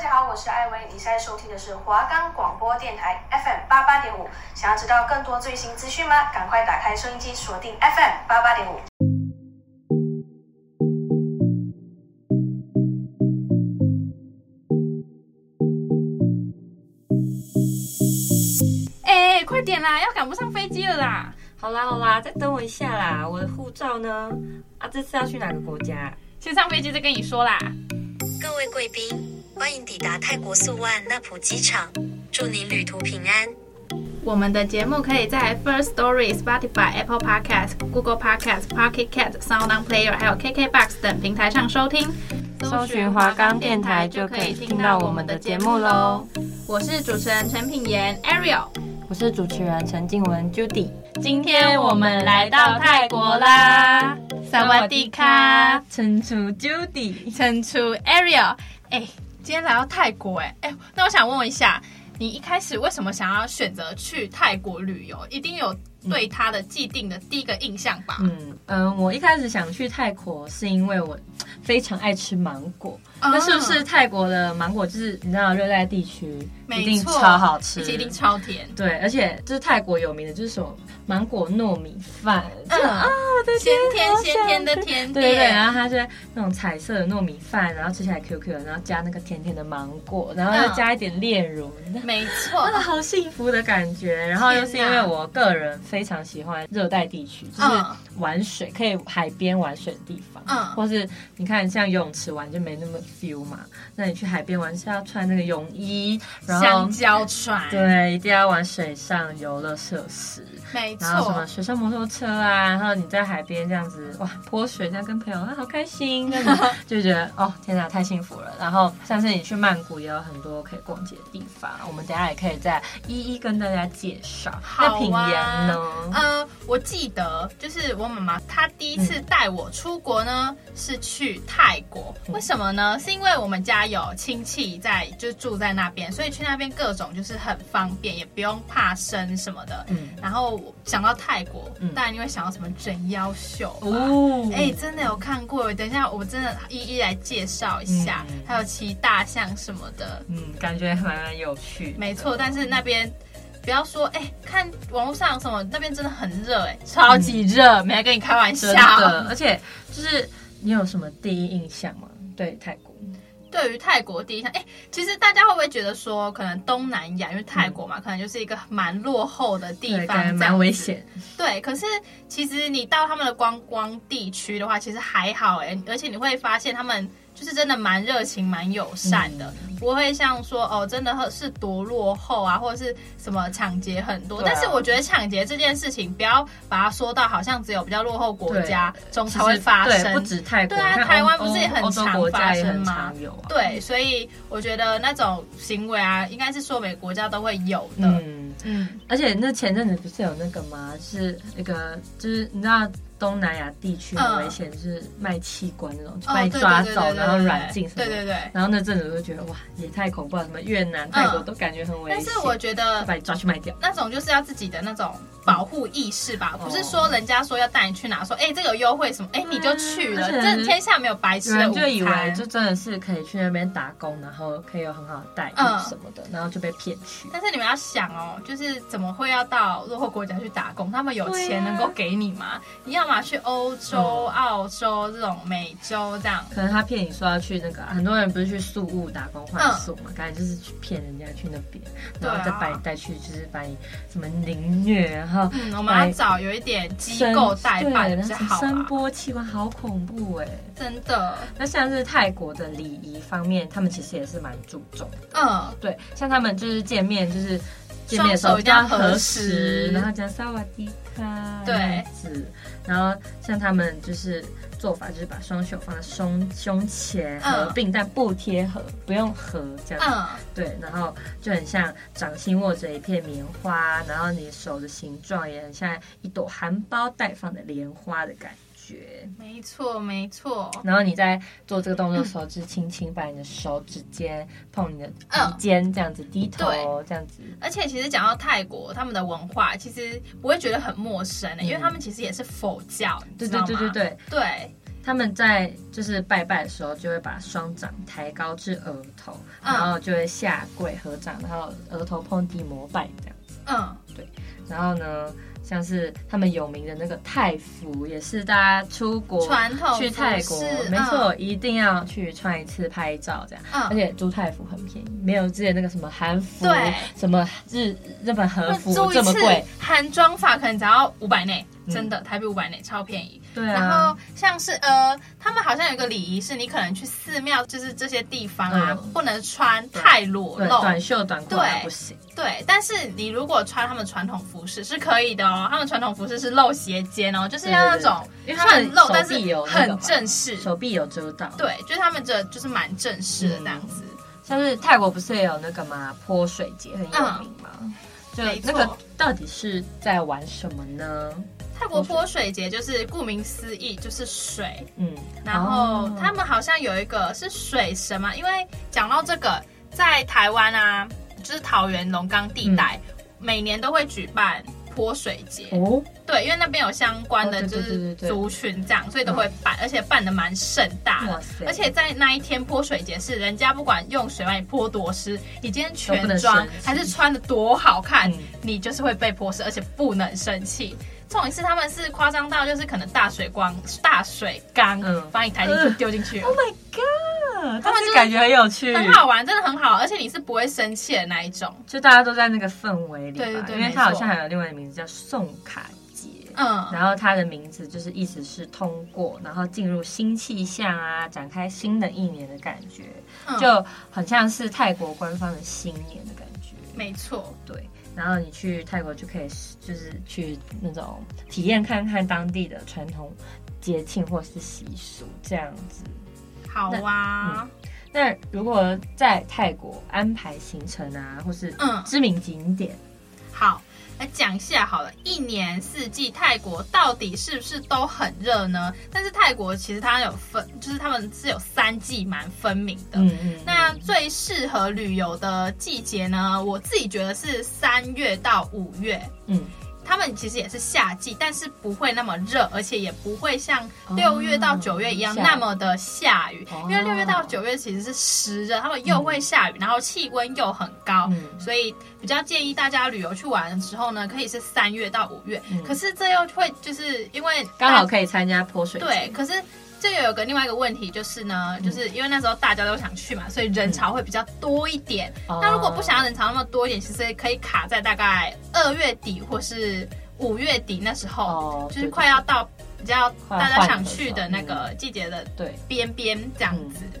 家好，我是艾薇，你现在收听的是华冈广播电台 FM 八八点五。想要知道更多最新资讯吗？赶快打开收音机，锁定 FM 八八点五。哎、快点啦，要赶不上飞机了啦！好啦好啦，再等我一下啦，我的护照呢？啊，这次要去哪个国家？先上飞机再跟你说啦。各位贵宾，欢迎抵达泰国素万那普机场，祝您旅途平安。我们的节目可以在 First Story、Spotify、Apple Podcast、Google Podcast、Pocket Cast、Sound On Player 还有 KKBox 等平台上收听。搜寻华冈电台就可以听到我们的节目喽。我是主持人陈品言 Ariel。我是主持人陈静文 Judy。今天我们来到泰国啦，萨瓦迪卡，陈楚 Judy。陈出 Ariel。哎、今天来到泰国、哎、哎，那我想问一下，你一开始为什么想要选择去泰国旅游？一定有对他的既定的第一个印象吧？嗯嗯，我一开始想去泰国是因为我非常爱吃芒果。哦那是不是泰国的芒果就是你知道热带地区没一定错超好吃而？且一定超甜？对，而且就是泰国有名的就是什么芒果糯米饭，这个嗯啊，我的鲜天甜好鲜甜的想吃甜点对对对，然后它就是那种彩色的糯米饭，然后吃起来 QQ 的，然后加那个甜甜的芒果，然后再嗯加一点炼乳，真没错，的好幸福的感觉。然后又是因为我个人非常喜欢热带地区，就是嗯玩水可以海边玩水的地方，嗯或是你看像游泳池玩就没那么 feel 嘛，那你去海边玩是要穿那个泳衣， 然后香蕉船，对，一定要玩水上游乐设施，没然后什么错，水上摩托车啊，然后你在海边这样子哇泼水，这样跟朋友啊好开心，这样子就觉得哦天哪太幸福了。然后上次你去曼谷也有很多可以逛街的地方，我们等一下也可以再一一跟大家介绍。啊那品言呢？呃，我记得就是我妈妈，她第一次带我出国呢，是去泰国。嗯为什么呢？是因为我们家有亲戚在，就住在那边，所以去那边各种就是很方便，也不用怕生什么的。嗯然后我想到泰国，嗯当然就会想到什么整腰秀啊哦，哎、真的有看过，等一下我真的一一来介绍一下，嗯还有骑大象什么的，嗯，感觉还蛮有趣。没错。但是那边不要说，哎、看网络上什么，那边真的很热，哎，超级热，没在跟你开玩笑真。的，而且就是你有什么第一印象吗？对泰国？对于泰国第一项，哎、其实大家会不会觉得说，可能东南亚，因为泰国嘛，可能就是一个蛮落后的地对，方，这感觉样蛮子危险。对，可是其实你到他们的观光地区的话，其实还好哎、而且你会发现他们就是真的蛮热情、蛮友善的，嗯不会像说哦，真的是多落后啊，或者是什么抢劫很多。对啊但是我觉得抢劫这件事情，不要把它说到好像只有比较落后国家中才会发哦对，生不。止泰国，对啊你看欧台湾不是也很欧洲常国发家也生很吗常有啊。对，所以我觉得那种行为啊，应该是说每个国家都会有的。嗯，嗯，而且那前阵子不是有那个吗？就是那个，就是你知道东南亚地区很危险，就是卖器官那种，就把你嗯抓哦对走对对对，然后软禁什么对对的。对。然后那阵子我就觉得哇，也太恐怖了，什么越南、泰国都感觉很危嗯但险。是我觉得把你抓去卖掉。那种就是要自己的那种保护意识吧，哦不是说人家说要带你去哪，说哎、这个有优惠什么，哎、你就去了，而且这天下没有白吃有的人午餐。嗯就以为就真的是可以去那边打工，然后可以有很好的待遇嗯什么的，然后就被骗去。但是你们要想哦，就是怎么会要到落后国家去打工？他们有对钱啊能够给你吗？你要么去欧洲、嗯澳洲这种美洲这样，可能他骗你说要去那个，很多人不是去宿务打工换宿嘛，感觉就是去骗人家去那边，嗯对啊然后再把你带去，就是把你什么凌虐，然后嗯，我们要找有一点机生构代办哎对比较然好后声啊，波器官好恐怖哎、真的，那像是泰国的礼仪方面，他们其实也是蛮注重的，嗯，对，像他们就是见面就是。见面的时双候手一定要一定要合十合十，然后讲萨瓦迪卡，对这样子，然后像他们就是做法，就是把双手放在胸胸前嗯合并，但不贴合，不用合这样子。嗯，对，然后就很像掌心握着一片棉花，然后你手的形状也很像一朵含苞待放的莲花的感觉。没错，没错，然后你在做这个动作的时候，就是轻轻把你的手指尖碰你的嗯鼻尖，这样子低头，对这样子。而且其实讲到泰国，他们的文化其实不会觉得很陌生、欸嗯因为他们其实也是佛教，你对知对道吗？对对对，对他们在就是拜拜的时候，就会把双掌抬高至额头，嗯然后就会下跪合掌，然后额头碰地膜拜这样。嗯，然后呢，像是他们有名的那个泰服，也是大家出国传统去泰国服饰，没错，，一定要去穿一次拍照这样。嗯而且租泰服很便宜，没有之前那个什么韩服对、什么日日本和嗯，服租一这么次贵。韩妆法可能只要五百内，嗯真的台币五百内超便宜。对啊然后像是呃，他们好像有一个礼仪是，你可能去寺庙，就是这些地方啊，嗯不能穿太裸对露。短袖短裤还对不行，对，但是你如果穿他们传统服饰是可以的哦，他们传统服饰是露斜肩哦，就是要那种对对对因为他很们露，但手臂是有那个很嘛正式。手臂有遮到。，对，就是他们这就是蛮正式的这样子。像是泰国不是也有那个嘛泼水节很有名嘛？就嗯没错那个到底是在玩什么呢？泰国泼水节就是顾名思义就是水，嗯，然后哦他们好像有一个是水神嘛，因为讲到这个，在台湾啊，就是桃园龙岗地带，每年都会举办泼水节。哦，对，因为那边有相关哦的对就对是对对对嗯族群这样，所以都会办，而且办的蛮盛大的哇。塞而且在那一天泼水节是，人家不管用水把你泼多湿，你今天都嗯不全能妆生气还是穿的多好看嗯，你就是会被泼湿，而且不能生气。这种一次他们是夸张到就是可能大水缸、大水缸嗯把你抬进去呃丢进去， Oh my god！他们但就是是感觉很有趣，很好玩，真的很好，而且你是不会生气的那一种。就大家都在那个氛围里吧。对对对因为没错它好像还有另外一个名字叫宋卡节。嗯，然后它的名字就是意思是通过，然后进入新气象啊，展开新的一年的感觉，嗯就很像是泰国官方的新年的感觉。没错，对，然后你去泰国就可以就是去那种体验看看当地的传统节庆或是习俗这样子。好啊，那嗯如果在泰国安排行程啊，或是嗯知名景点，好，来讲一下好了。一年四季，泰国到底是不是都很热呢？但是泰国其实它有分，就是他们是有三季蛮分明的。嗯嗯，那最适合旅游的季节呢？我自己觉得是三月到五月，嗯他们其实也是夏季，但是不会那么热，而且也不会像六月到九月一样哦下雨那么的下雨，哦因为六月到九月其实是湿热，他们又会下雨，然后气温又很高，嗯所以比较建议大家旅游去玩的时候呢，可以是三月到五月。嗯可是这又会就是因为刚好大可以参加泼水节，对，可是。这又有个另外一个问题，就是呢，就是因为那时候大家都想去嘛，所以人潮会比较多一点。哦那如果不想要人潮那么多一点，其实可以卡在大概二月底或是五月底那时候，哦就是对快要到比较快大家换想的时去候的那嗯个季节的对。边边这样子。嗯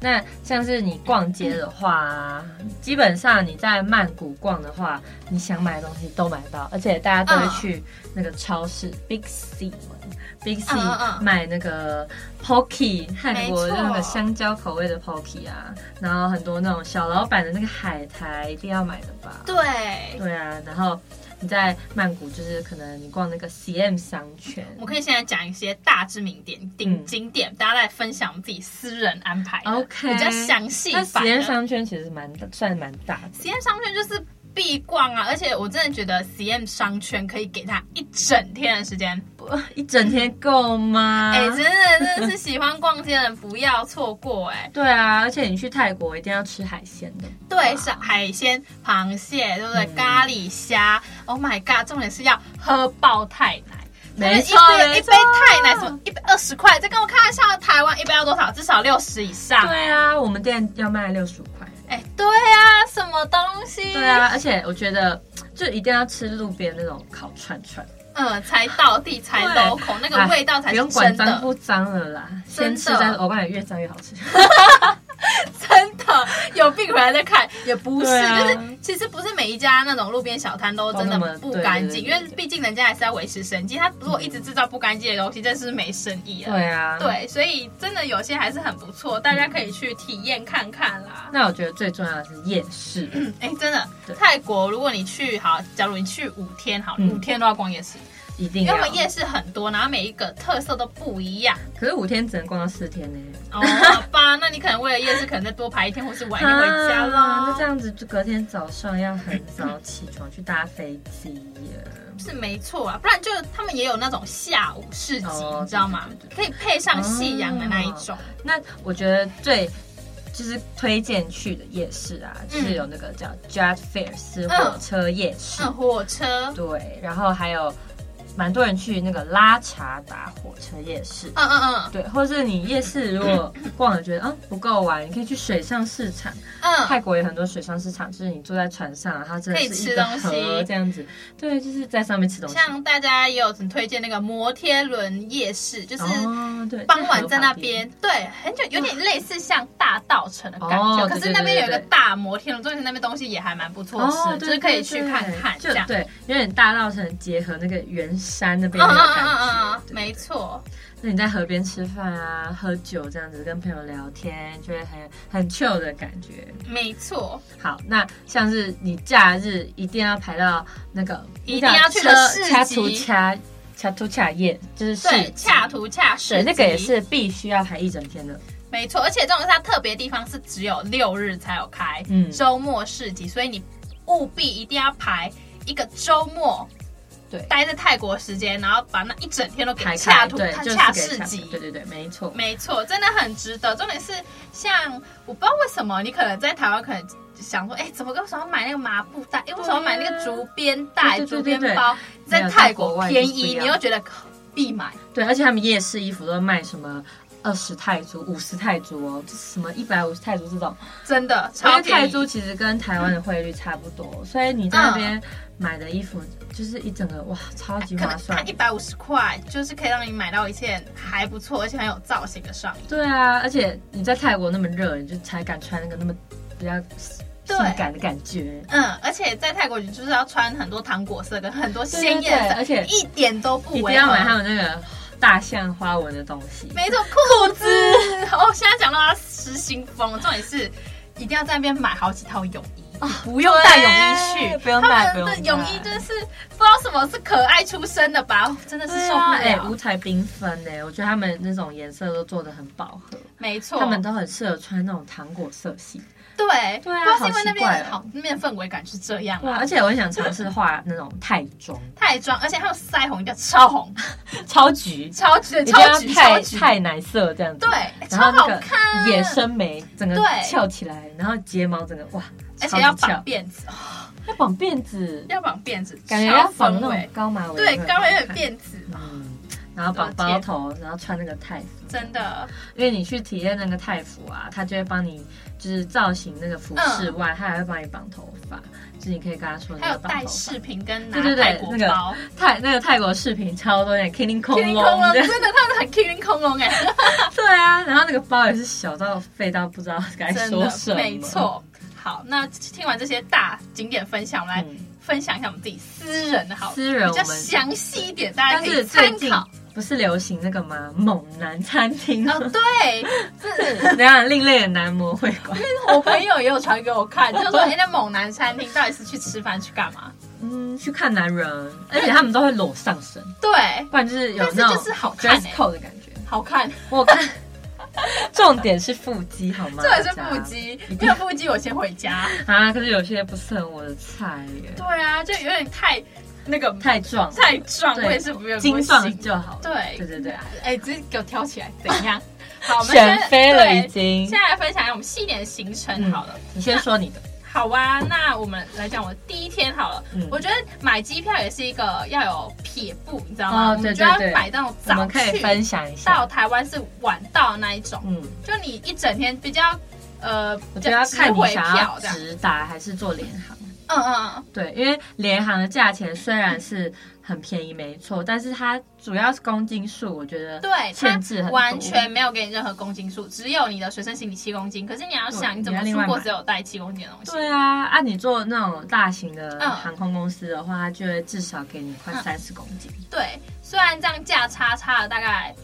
那像是你逛街的话啊，基本上你在曼谷逛的话，你想买的东西都买到，而且大家都会去那个超市、Big C 嘛 Big C 嗯嗯嗯买那个 Pocky 泰国没错的那个香蕉口味的 Pocky 啊，然后很多那种小老板的那个海苔一定要买的吧？对，对啊，然后你在曼谷就是可能你逛那个 CM 商圈，我可以现在讲一些大知名点、顶嗯景点，大家来分享我们自己私人安排的 OK 比较详细那版 CM 的。商圈其实蛮算蛮大的。实验商圈就是必逛啊，而且我真的觉得实验商圈可以给他一整天的时间。一整天够吗？哎、真的真的是喜欢逛街的人不要错过哎、对啊，而且你去泰国一定要吃海鲜的。对，是海鲜、螃蟹，对不对？嗯咖喱虾，Oh my god！重点是要喝爆泰奶。没错一杯没一错杯泰奶什么一百二十块，这跟我开玩笑，台湾一杯要多少？至少六十以上。对啊，我们店要卖六十五块。哎、对啊，什么东西？对，啊，而且我觉得就一定要吃路边那种烤串串，嗯，才到地才对 local，那个哎味道才不是用管真脏的，不脏了啦，先吃真的再说。我告诉你，越脏越好 吃。真的有病回来再看，也不是，对啊就是其实不是每一家那种路边小摊都真都那的么不对干对净，因对对为毕竟人家还是要维持生计，他如果一直制造不干净的东西，这是没生意了。对啊，。对，所以真的有些还是很不错，大家可以去体验看看啦。那我觉得最重要的是夜市，哎、真的，对泰国如果你去好，假如你去五天好了，嗯啊五天都要逛夜市，一定因为要我。们夜市很多，然后每一个特色都不一样。可是五天只能逛到四天呢、哦，好吧，那你可能为了夜市，可能再多排一天，或是晚一天回家啦。啊那这样子就隔天早上要很早起床去搭飞机耶。是没错啊，不然就他们也有那种下午市集，哦你知道吗？对对对哦可以配上夕阳的那一种。那我觉得最就是推荐去的夜市啊，就嗯是有那个叫 Jet Fair 是火车夜市，嗯，火车，对，然后还有蛮多人去那个拉茶达火车夜市。嗯嗯对，或是你夜市如果逛了觉得嗯不够玩，你可以去水上市场。嗯嗯，泰国有很多水上市场，就是你坐在船上，然后真的可以是吃一个东西河这样子。对，就是在上面吃东西。像大家也有很推荐那个摩天轮夜市，就是哦，对，傍晚河在那旁边，对，很久有点类似像大稻城的感觉，哦可是对对那边有一个对对大摩天轮，重点是那边东西也还蛮不错吃，哦，就对是可以对去对看看就这样。对，有点大稻城结合那个圆山那边嗯的嗯感嗯觉，嗯嗯，对没。错，那你在河边吃饭啊、喝酒这样子，跟朋友聊天，就会很很 chill 的感觉。没错，好，那像是你假日一定要排到那个，一定要去的车市集恰图恰恰图恰夜，就是市对，集恰图恰市对，那个也集是必须要排一整天的。没错，而且这种是它特别地方是只有六日才有开，嗯周末市集，所以你务必一定要排一个周末，对待在泰国时间，然后把那一整天都给排恰开图对，就是恰给市恰集对。对对，没错。没错，真的很值得。重点是，像我不知道为什么，你可能在台湾可能想说，哎、怎么为什么要买那个麻布袋？哎、为什么要买那个竹编袋、对对对竹对编对包？没在有泰在国国外便就是不一宜，样你又觉得必买。对，而且他们夜市衣服都卖什么二十泰铢、五十泰铢哦，就是什么一百五十泰铢这种。真的因超为泰便铢宜，其实跟台湾的汇率差不多，所以你在那边买的衣服就是一整个哇，超级可划能它算一。百五十块就是可以让你买到一件还不错，而且很有造型的上衣。对啊，而且你在泰国那么热，你就才敢穿那个那么比较对性感的感觉。嗯，而且在泰国你就是要穿很多糖果色跟很多鲜艳色，对对对而且一点都不一定违要和买他们那个大象花纹的东西。没错，裤 子。哦，现在讲到他失心疯，重点是一定要在那边买好几套泳衣。不用带泳衣去，哦哎对不用带他们的不用带泳衣就是不知道什么是可爱出身的吧，哦真的是对受不啊，了。哎、五彩缤纷呢，我觉得他们那种颜色都做的很饱和，没错，他们都很适合穿那种糖果色系。对对啊不知道是因为那边好奇怪哦好那边氛围感是这样哇，啊而。且我很想尝试画那 种泰妆，泰妆，而且还有腮红，叫超红，超橘，超级一定要超级超泰级，泰奶色这样子。对，然超后那好个看，野，生眉整个对翘起来，然后睫毛整个哇，而且要超级绑翘，辫子，哦要绑辫子，要绑辫子，感觉要超绑氛那种围，高马尾，对，刚刚有尾点，辫子，嗯，然后绑包头，然后穿那个泰服，真的，因为你去体验那个泰服啊，他就会帮你就是造型那个服饰外，他还会帮你绑头发，就是你可以跟他说嗯你还有要绑戴头发饰。品跟拿对对对泰国那个包，泰那个泰国视频超多那个 Killing 空天空龙，对真的他们很天灵空 龙哎，对啊，然后那个包也是小到废到不知道该真说什的，么，没，错。好，那听完这些大景点分享，我们来嗯分享一下我们自己私人的好了，私人比我较们详细一点，大家但可以是最参近考。不是流行那个吗？猛男餐厅， 哦，对，那样另类的男模会馆。我朋友也有传给我看，就是说，哎、那猛男餐厅到底是去吃饭去干嘛？嗯，去看男人，而且他们都会裸上身，对，不然就是有但是那就种是好看、 dress 欸， code 的感觉。好看，我有看，重点是腹肌好吗？这还是腹肌一，没定有腹肌我先回家。啊！可是有些不是很我的菜耶，对啊，就有点太那个太壮，太壮，对我也是不愿精不壮行。就好了。对对对对，哎、直接给我挑起来，怎 样？好，我们选现在妃了已对经嗯现。在来分享一下我们细一点的行程好了。你先说你的，好啊，那我们来讲我第一天好了。嗯我觉得买机票也是一个要有撇步，你知道吗？哦我们对就要对对买那种我早们可以去分享一到下。台湾是晚到那一种，嗯，就你一整天比较呃，我觉得要看值你回想票要这样，直达还是做联航。嗯嗯，对，因为联航的价钱虽然是很便宜，没错，但是它主要是公斤数，我觉得对，限制它很多完全没有给你任何公斤数，只有你的随身行李七公斤。可是你要想，对你怎么你要另出外国买只有带七公斤的东西？对啊，按、你做那种大型的嗯航空公司的话，它就会至少给你快嗯三十公斤。对，虽然这样价差差了大概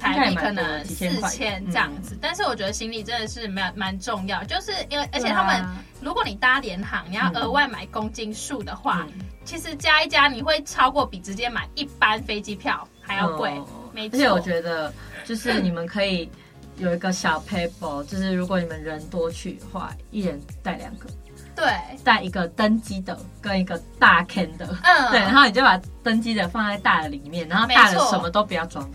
台币可应该也蛮多能的几四千块嗯千这样子，但是我觉得行李真的是蛮蛮重要，就是因为而且对啊他们、如果你搭联航，你要额外买公斤数的话，啊嗯其实加一加你会超过比直接买一般飞机票还要贵，嗯没而且我错。觉得，就是你们可以有一个小 paper，就是如果你们人多去的话，一人带两个，对，带一个登机的跟一个大 can 的，嗯，对，然后你就把登机的放在大的里面，然后大没的错什么都不要装，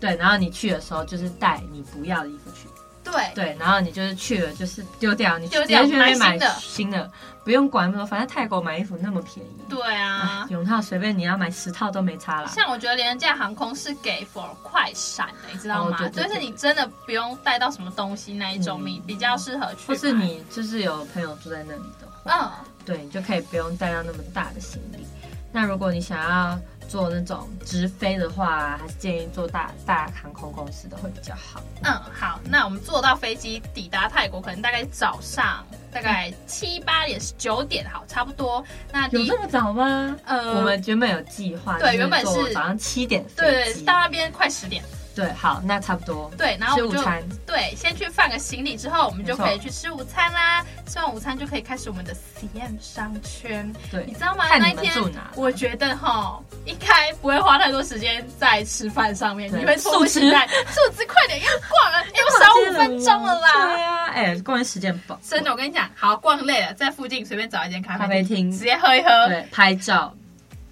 对，然后你去的时候就是带你不要的衣服去，对对，然后你就是去了就是丢掉，你嗯丢直掉接去那边买买新的新的，不用管那么多，反正泰国买衣服那么便宜，对啊哎，，泳套随便你要买十套都没差啦。像我觉得廉价航空是给 for 快闪的，你知道吗？哦对对对就是你真的不用带到什么东西那一种，嗯你比较适合去。或是，你就是有朋友住在那里的话，嗯，对你就可以不用带到那么大的行李。那如果你想要做那种直飞的话，还是建议做大大航空公司的会比较好。嗯，好，那我们坐到飞机抵达泰国，可能大概早上大概七八点、九点，好，差不多。那有第一这么早吗？哎呃，我们原本有计划，对就是原本是坐早上七点对飞对机，到那边快十点，对，好，那差不多。对，然后吃我午们就餐，对先去放个行李，之后我们就没错可以去吃午餐啦。吃完午餐就可以开始我们的 CM 商圈。你对知，道吗？看那你一们天住哪我觉得哈，应该不会花太多时间在吃饭上面，对哎你会迫不及待。树枝快点要逛了，要少五分钟了对啦。啊，哎，逛完时间不够，真的，我跟你讲，好逛累了，在附近随便找一间咖咖啡啡厅，厅直接喝一喝，对，拍照，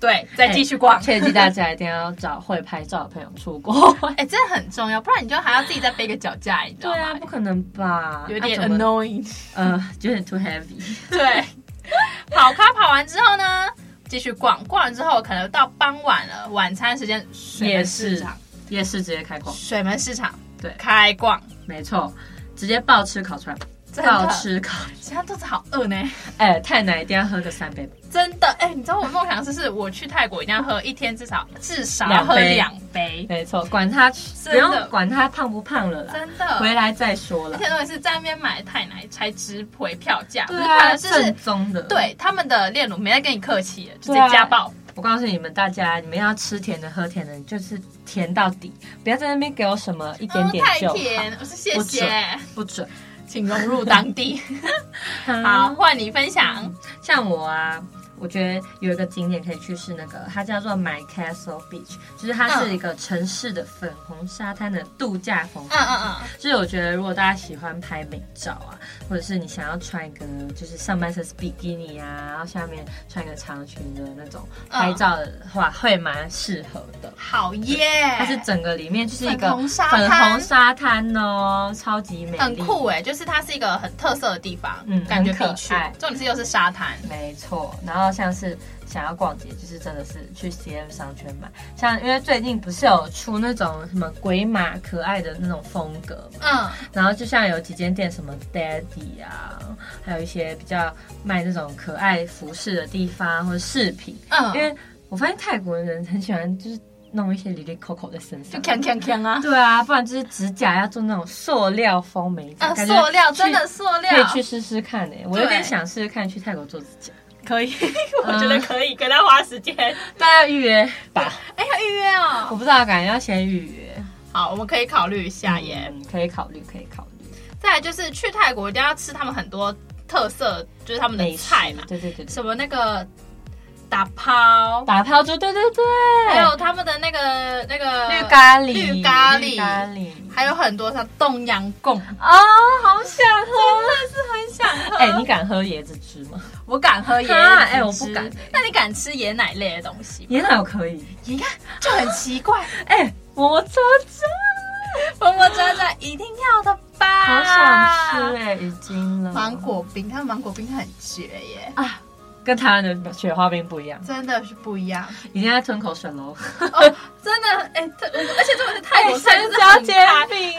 对，再继续逛哎。切记大家一定要找会拍照的朋友出国。哎，这很重要，不然你就还要自己再背个脚架，你知道对啊，吗不？可能吧？有点啊怎么 annoying。呃，有点 too heavy。对，跑咖跑完之后呢，继续逛，逛完之后可能到傍晚了，晚餐时间水门市场，夜市直接开逛，水门市场对开逛，没错，直接暴吃烤串，真暴的，吃烤。现在肚子好饿呢。哎、太奶一定要喝个三杯，真的，哎、你知道我梦想就是我去泰国一定要喝一天至少至少要两喝杯两杯，没错，管他的不用管他胖不胖了啦，真的。回来再说而啦且。我也是在那边买泰奶才值回票价，对不是看啊，了就是正宗的。，对他们的炼乳没在跟你客气了，直接对啊家暴。哦我告诉你们大家，你们要吃甜的喝甜的，你就是甜到底，不要在那边给我什么一点点嗯太就好，甜，我是谢不谢准， 不准。请融入当地。嗯好，换你分享。像我啊，我觉得有一个景点可以去是那个，它叫做 My Castle Beach，就是它嗯是一个城市的粉红沙滩的度假风嗯光。嗯嗯，就是我觉得如果大家喜欢拍美照啊，或者是你想要穿一个就是上半身是比基尼啊，然后下面穿一个长裙的那种嗯拍照的话，会蛮适合的。好耶！它是整个里面就是一个粉红沙粉滩红沙滩哦，超级美丽，很酷哎，就是它是一个很特色的地方，嗯感觉很可必去爱。重点是又是沙滩，没错，然后像是想要逛街，就是真的是去 CM 商圈买。像因为最近不是有出那种什么鬼马可爱的那种风格嘛，嗯，然后就像有几间店什么 Daddy 啊，还有一些比较卖那种可爱服饰的地方或者饰品，嗯因为我发现泰国人很喜欢就是弄一些里里扣扣在身就上。锵锵锵啊！对啊，不然就是指甲要做那种塑料风美甲，啊，感觉塑料去真的塑料，可以去试试看诶、我有对点想试试看去泰国做指甲。可以，我觉得可以跟他花时间。大家预约吧，哎呀，预约我哦。不知道，感觉要先预约。好，我们可以考虑一下耶。嗯可以考虑，可以考虑再来就是去泰国一定要吃他们很多特色，就是他们的菜嘛，对对对对，什么那个打抛，打抛猪，对对对，还有他们的那个那个绿咖喱，绿咖喱绿咖喱，还有很多像东阳贡，哦，好想喝，真的是很想喝。哎、你敢喝椰子汁吗？我敢喝椰子汁啊哎我不敢那你敢吃椰奶类的东西吗？椰奶我可以。你看就很奇 怪，哎、我我超想，么么喳喳一定要的吧？好想吃哎、已经了。芒果冰，它的芒果冰很绝耶，啊，跟台湾的雪花冰不一样，真的是不一样。一定要吞口水喽。哦，真的，哎、这而且这个是哎泰国菜，就是香很煎开饼。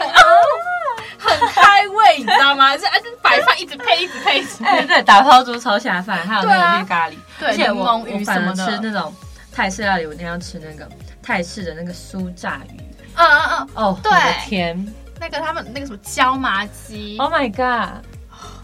很开胃，你知道 吗？是而且白饭一直配，一直配，一 直哎、配。对，打抛猪超下饭，还有对那啊个绿咖喱，对而且柠我檬鱼我反而什么的吃那种泰式料理，我一定要吃那个泰式的那个酥炸鱼。嗯嗯嗯，哦，对我的天那个他们那个什么椒麻鸡， ，Oh my god！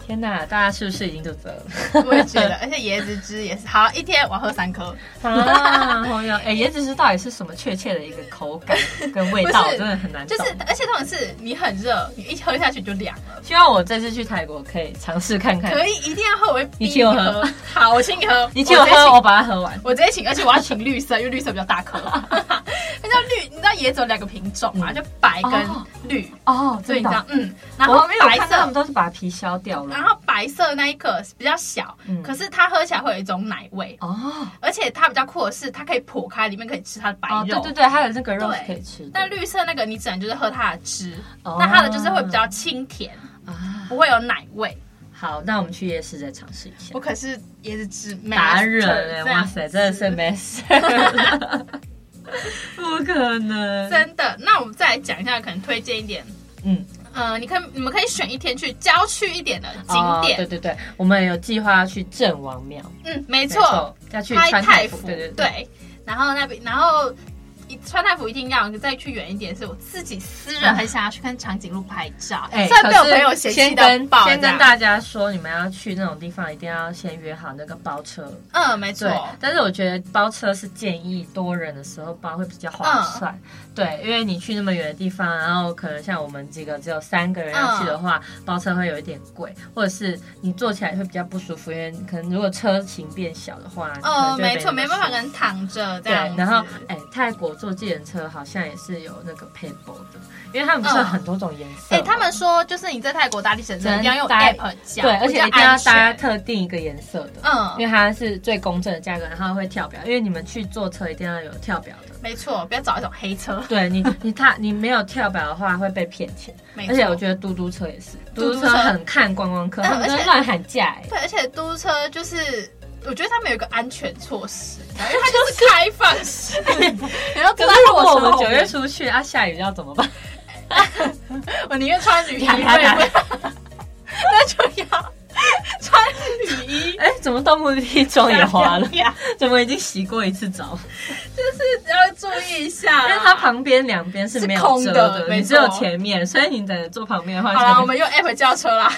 天哪，大家是不是已经肚子饿 了？我也觉得，而且椰子汁也是，好一天我要喝三颗，啊，好有哎，椰子汁到底是什么确切的一个口感跟味道，不是真的很难就懂。是而且这种是你很热，你一喝下去就凉了。希望我这次去泰国可以尝试看看。可以，一定要喝，我会逼你请我喝。好，我请你 喝，你请我直接喝，我把它喝完。我直接请，而且我要请绿色，因为绿色比较大 颗。那叫绿，你知道椰子有两个品种嘛？嗯就白跟哦绿，哦，所以你知道，嗯，然然后后没有白看到他们色，啊都是把皮削掉然了。后白色那一个比较小，嗯可是它喝起来会有一种奶味，哦，而且它比较酷的是，它可以剖开，里面可以吃它的白哦，对肉。对对，还有那个肉对是可以吃的。但绿色那个你只能就是喝它的汁，哦那它的就是会比较清甜，啊，不会有奶味。好，那我们去夜市再尝试一下我。可是椰子汁达人哎，这样哇塞，真的子是没事了， 不可能。真的。那我们再来讲一下，可能推荐一点，嗯，呃，你可以你们可以选一天去郊区一点的景哦点，对对对，我们有计划要去郑王庙，嗯，没没错，，要去拍穿泰服，服，对对对，对。然后那边，然后一穿泰服一定要再去远一点，是我自己私人很想要去跟长颈鹿拍照，哎，虽然被我可是朋友嫌弃先到跟爆，先这跟样大家说，你们要去那种地方，一定要先约好那个包车。嗯，没错对，，但是我觉得包车是建议多人的时候包会比较划算。嗯对，因为你去那么远的地方，啊然后可能像我们几个只有三个人要去的话，嗯包车会有一点贵，或者是你坐起来会比较不舒服，因为可能如果车型变小的话，你可能嗯，就会没错，没办法那么舒服跟躺着这对样，子。然后哎、泰国坐计程车好像也是有那个 paper 的，因为他们不是有嗯很多种颜色哎、吗、他们说就是你在泰国搭地铁，一只能定要用搭 app 叫，对，而且一定要搭。搭特定一个颜色的，嗯，因为它是最公正的价格，然后会跳表，因为你们去坐车一定要有跳表的。没错，不要找一种黑车。对你，你踏你没有跳表的话会被骗钱，没错而且我觉得嘟嘟车也是，嘟嘟嘟嘟车车很看观光客，嗯他们都而且乱喊价哎、对，而且嘟车就是，我觉得他们有一个安全措施，因为它就是开放 式。然后可坐是在货如果车我们后九月面，出去啊，下雨要怎么办？哦我宁愿穿雨衣，啪啪啪我也不要那就要穿雨 衣。哎、怎么到目的地妆也花了？呀，怎么已经洗过一次澡？要注意一下。因为它旁边两边是没有啊是空遮的没你错只有前面，所以你等坐旁边的话，好了，我们用 app 叫车啦，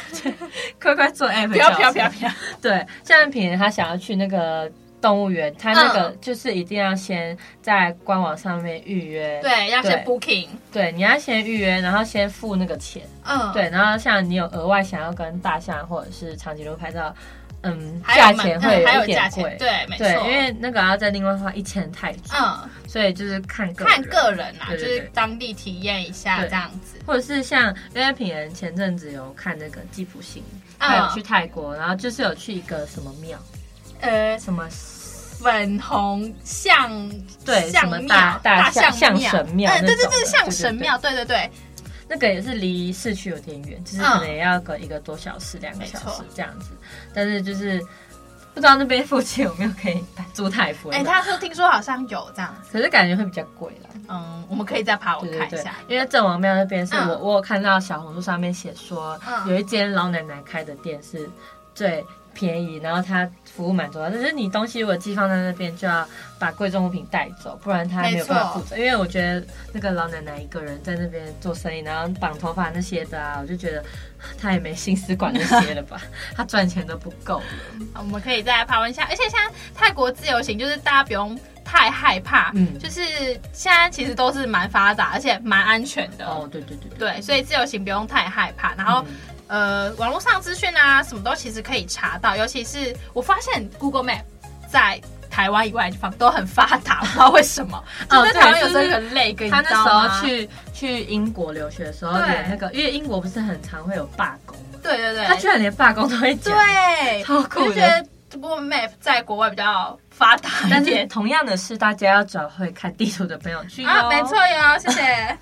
快快坐 app，不要叫不要车不要不要。对，像品人他想要去那个动物园，他那嗯个就是一定要先在官网上面预约。对，要先对 booking。对，你要先预约，然后先付那个钱。嗯，对，然后像你有额外想要跟大象或者是长颈鹿拍照，嗯，还价有门钱嗯会还一有点价钱贵。，对，没错，对，因为那个要再另外花一千泰铢，嗯，所以就是看个看人个人啦，对对就是对当地体验一下对这样子。或者是像因为品人前阵子有看那个吉普星，嗯他有去泰国，然后就是有去一个什么庙，呃，什么粉红象对象什么庙大大象象庙象神庙嗯，那对对种对，的象对神对庙，对对对，那个也是离市区有点远，嗯就是可能也要个一个多小时、两个小没时错这样子。但是就是不知道那边附近有没有可以住泰服的。哎，他说听说好像有这样子，可是感觉会比较贵啦。嗯，我们可以再爬我对对看一对下，，因为郑王庙那边是嗯我我有看到小红书上面写说，嗯有一间老奶奶开的店是最便宜，然后它服务蛮周到，但是你东西如果寄放在那边，就要把贵重物品带走，不然他没有办法负责。因为我觉得那个老奶奶一个人在那边做生意，然后绑头发那些的啊，我就觉得她也没心思管那些了吧，她赚钱都不够了。我们可以再来爬文一下。而且现在泰国自由行，就是大家不用太害怕，嗯就是现在其实都是蛮发达，而且蛮安全的。哦，嗯对对对对，对，所以自由行不用太害怕。然后、呃，网络上资讯啊，什么都其实可以查到。尤其是我发现 Google Map 在台湾以外的地方都很发达， 不知道为什么。哦就在台湾对有时候就是很累，跟他那时候。去去英国留学的时候，对连那个因为英国不是很常会有罢工吗？对对对，他居然连罢工都会讲，对，啊超酷的我就觉得 Google Map 在国外比较发达一但是点。同样的是，大家要找会看地图的朋友去、哦、啊，没错， 哟，谢谢，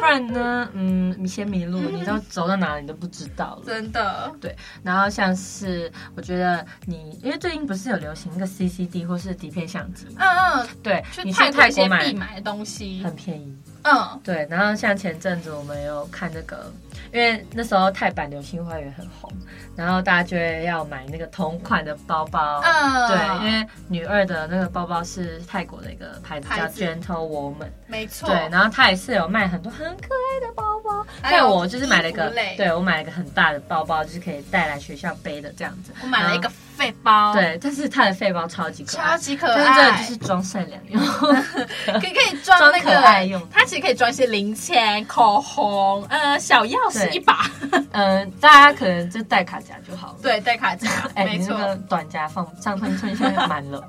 不然呢，嗯，你先迷路，你都走到哪里你都不知道了。真的，对，然后像是我觉得你，因为最近不是有流行那个 CCD 或是底片相机吗，嗯嗯，对，去你泰去国泰一国些买必买的东西，很便宜，嗯，对，然后像前阵子我们有看那个因为那时候泰版流星花园很红，然后大家就会要买那个同款的包包。嗯，对，因为女二的那个包包是泰国的一个牌子叫牌子 Gentle Woman，没错，对，然后它也是有卖很多很可爱的包包，还有但我就是买了一衣个服类，对我买了一个很大的包包，就是可以带来学校背的这样子。我买了一个废包，，对，但是它的背包超级可超爱，级可但是这个爱，就是装善良用。 可以可以装那装可爱个用，它其实可以装一些零钱、口红，呃，小钥匙对一把， 嗯，大家可能就带卡夹就好了。，对，带卡夹， 哎、没你错那。个短夹放上穿穿下来满了，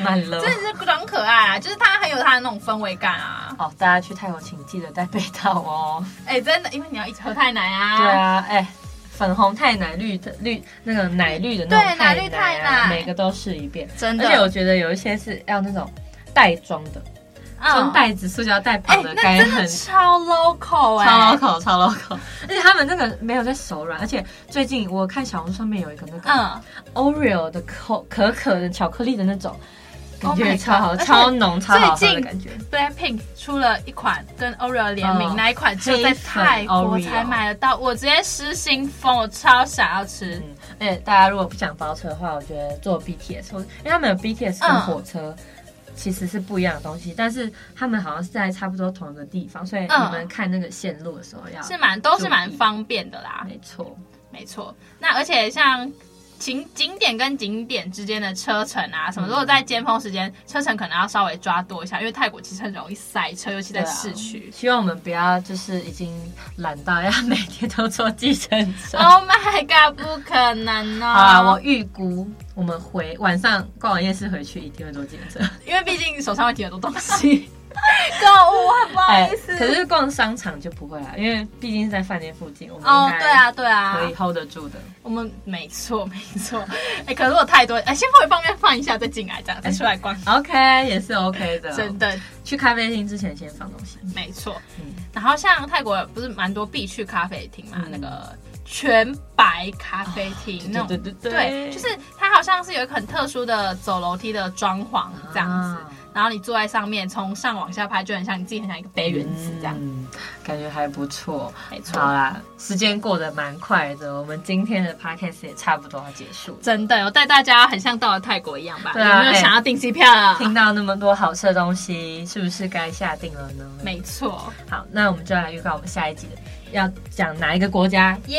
满 了。真的是装可爱啊，就是它很有它的那种氛围感啊！哦，大家去泰国请记得带被套哦。哎、真的，因为你要一直喝太奶啊。对啊，哎、粉红泰奶绿的绿那个奶绿的那对种奶奶绿泰泰奶每个都试一遍。真的而且我觉得有一些是要那种袋装的，嗯装袋子、塑胶袋哎、绑的，那感觉真的很超 local 哎、超 local，超 local。而且他们那个没有在手软，而且最近我看小红书上面有一个那个嗯， Oreo 的可可可的巧克力的那种，感 Oh my 觉 god，超好，而且超浓，超好喝最的近感觉。 Blackpink 出了一款跟 Oreo 联名、嗯那一款，只有在泰国才买得到，我直接失心疯，我超想要吃。嗯，而且大家如果不想包车的话，我觉得坐 BTS，或因为他们有 BTS 跟嗯火车。其实是不一样的东西，但是他们好像是在差不多同一个地方，所以嗯你们看那个线路的时候要是蛮都是蛮方便的啦，没错，没错。那而且像景景点跟景点之间的车程啊，什么嗯如果在尖峰时间，车程可能要稍微抓多一下，因为泰国其实很容易塞车，尤其在对啊市区。希望我们不要就是已经懒到要每天都坐计程车。 Oh my god，不可能 哦！好啊，我预估我们回晚上逛完夜市回去一定会坐计程车。因为毕竟手上会提很多东西， 哎购物很不好意思。哎可是逛商场就不会啦，因为毕竟是在饭店附近，我们哦应，该对啊，对啊，可以 hold 得住的。我们没错没错。 哎、可是我太多，哎、先放一放面放一下再进来，这样再出来嗯逛。 OK，也是 OK 的。真的去咖啡厅之前先放东西。没错，嗯然后像泰国不是蛮多必去咖啡厅嘛，嗯哦那个全白咖啡厅、那种，对对对对，就是它好像是有一个很特殊的走楼梯的装潢这样子，啊然后你坐在上面从上往下拍，就很像你自己很像一个杯原子这样，嗯感觉还不错。没错。好啦，时间过得蛮快的，我们今天的 podcast 也差不多要结束了。真的，有带大家很像到了泰国一样吧？对有啊没有想要订机票啊了？听到那么多好吃的东西，是不是该下定了呢？没错，好，那我们就来预告我们下一集的要讲哪一个国家。耶、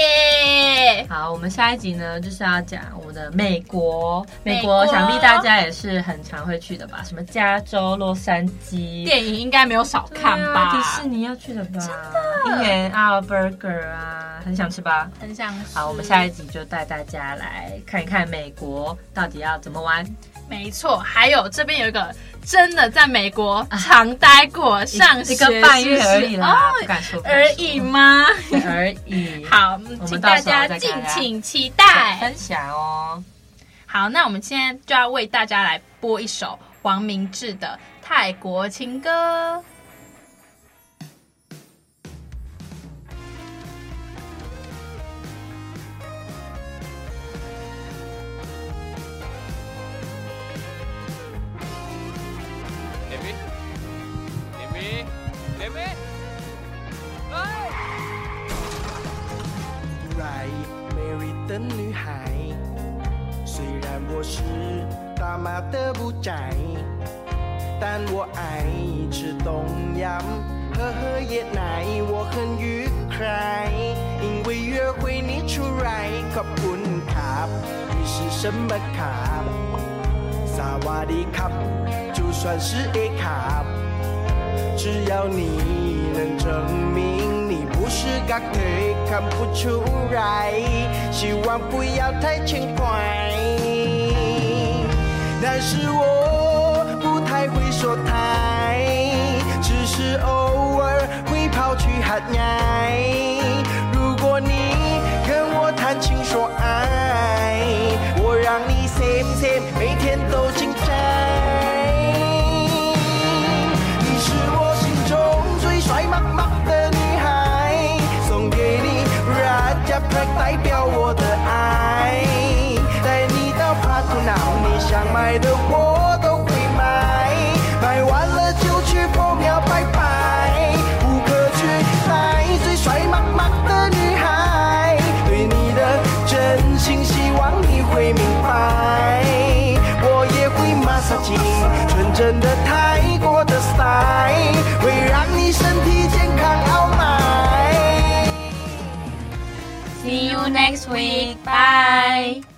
好，我们下一集呢就是要讲我们的美国，美美国国想必大家也是很常会去的吧？什么加州、洛杉矶，电影应该没有少看对吧？啊迪士尼要去的吧？真的，一年 Our Burger 啊，很想吃吧？很想吃好，我们下一集就带大家来看一看美国到底要怎么玩。没错，还有这边有一个真的在美国常待过，上学啊一个半月而已啦，是不敢说不哦敢而说已吗？对而已。好，请大家到时候再跟敬大家请期待。分享哦。好，那我们现在就要为大家来播一首黄明志的《泰国情歌》。 Lemmy? Lemmy? Lemmy? Hey! 不来美丽的女孩。虽然我是大马的不宅，但我爱吃东阳，喝喝椰奶，我很愉快。因为约会你出来，ขอบคุณครับ 你是什么ครับ萨瓦迪卡，就算是 A 卡。只要你能证明你不是个腿看不出来，希望不要太轻快。但是我不太会说台，只是偶尔会跑去喊爱。如果你跟我谈情说爱，我让你 same same 每天都精彩。你是我心中最帅妈妈的女孩，送给你 Raja Pack 代表我的爱，带你到帕图纳，你想买的我都会买，买完了就去破庙拜拜，不可取代最帅妈妈的女孩。情，纯正的泰国的 style 会让你身体健康 all night。 See you next week. Bye.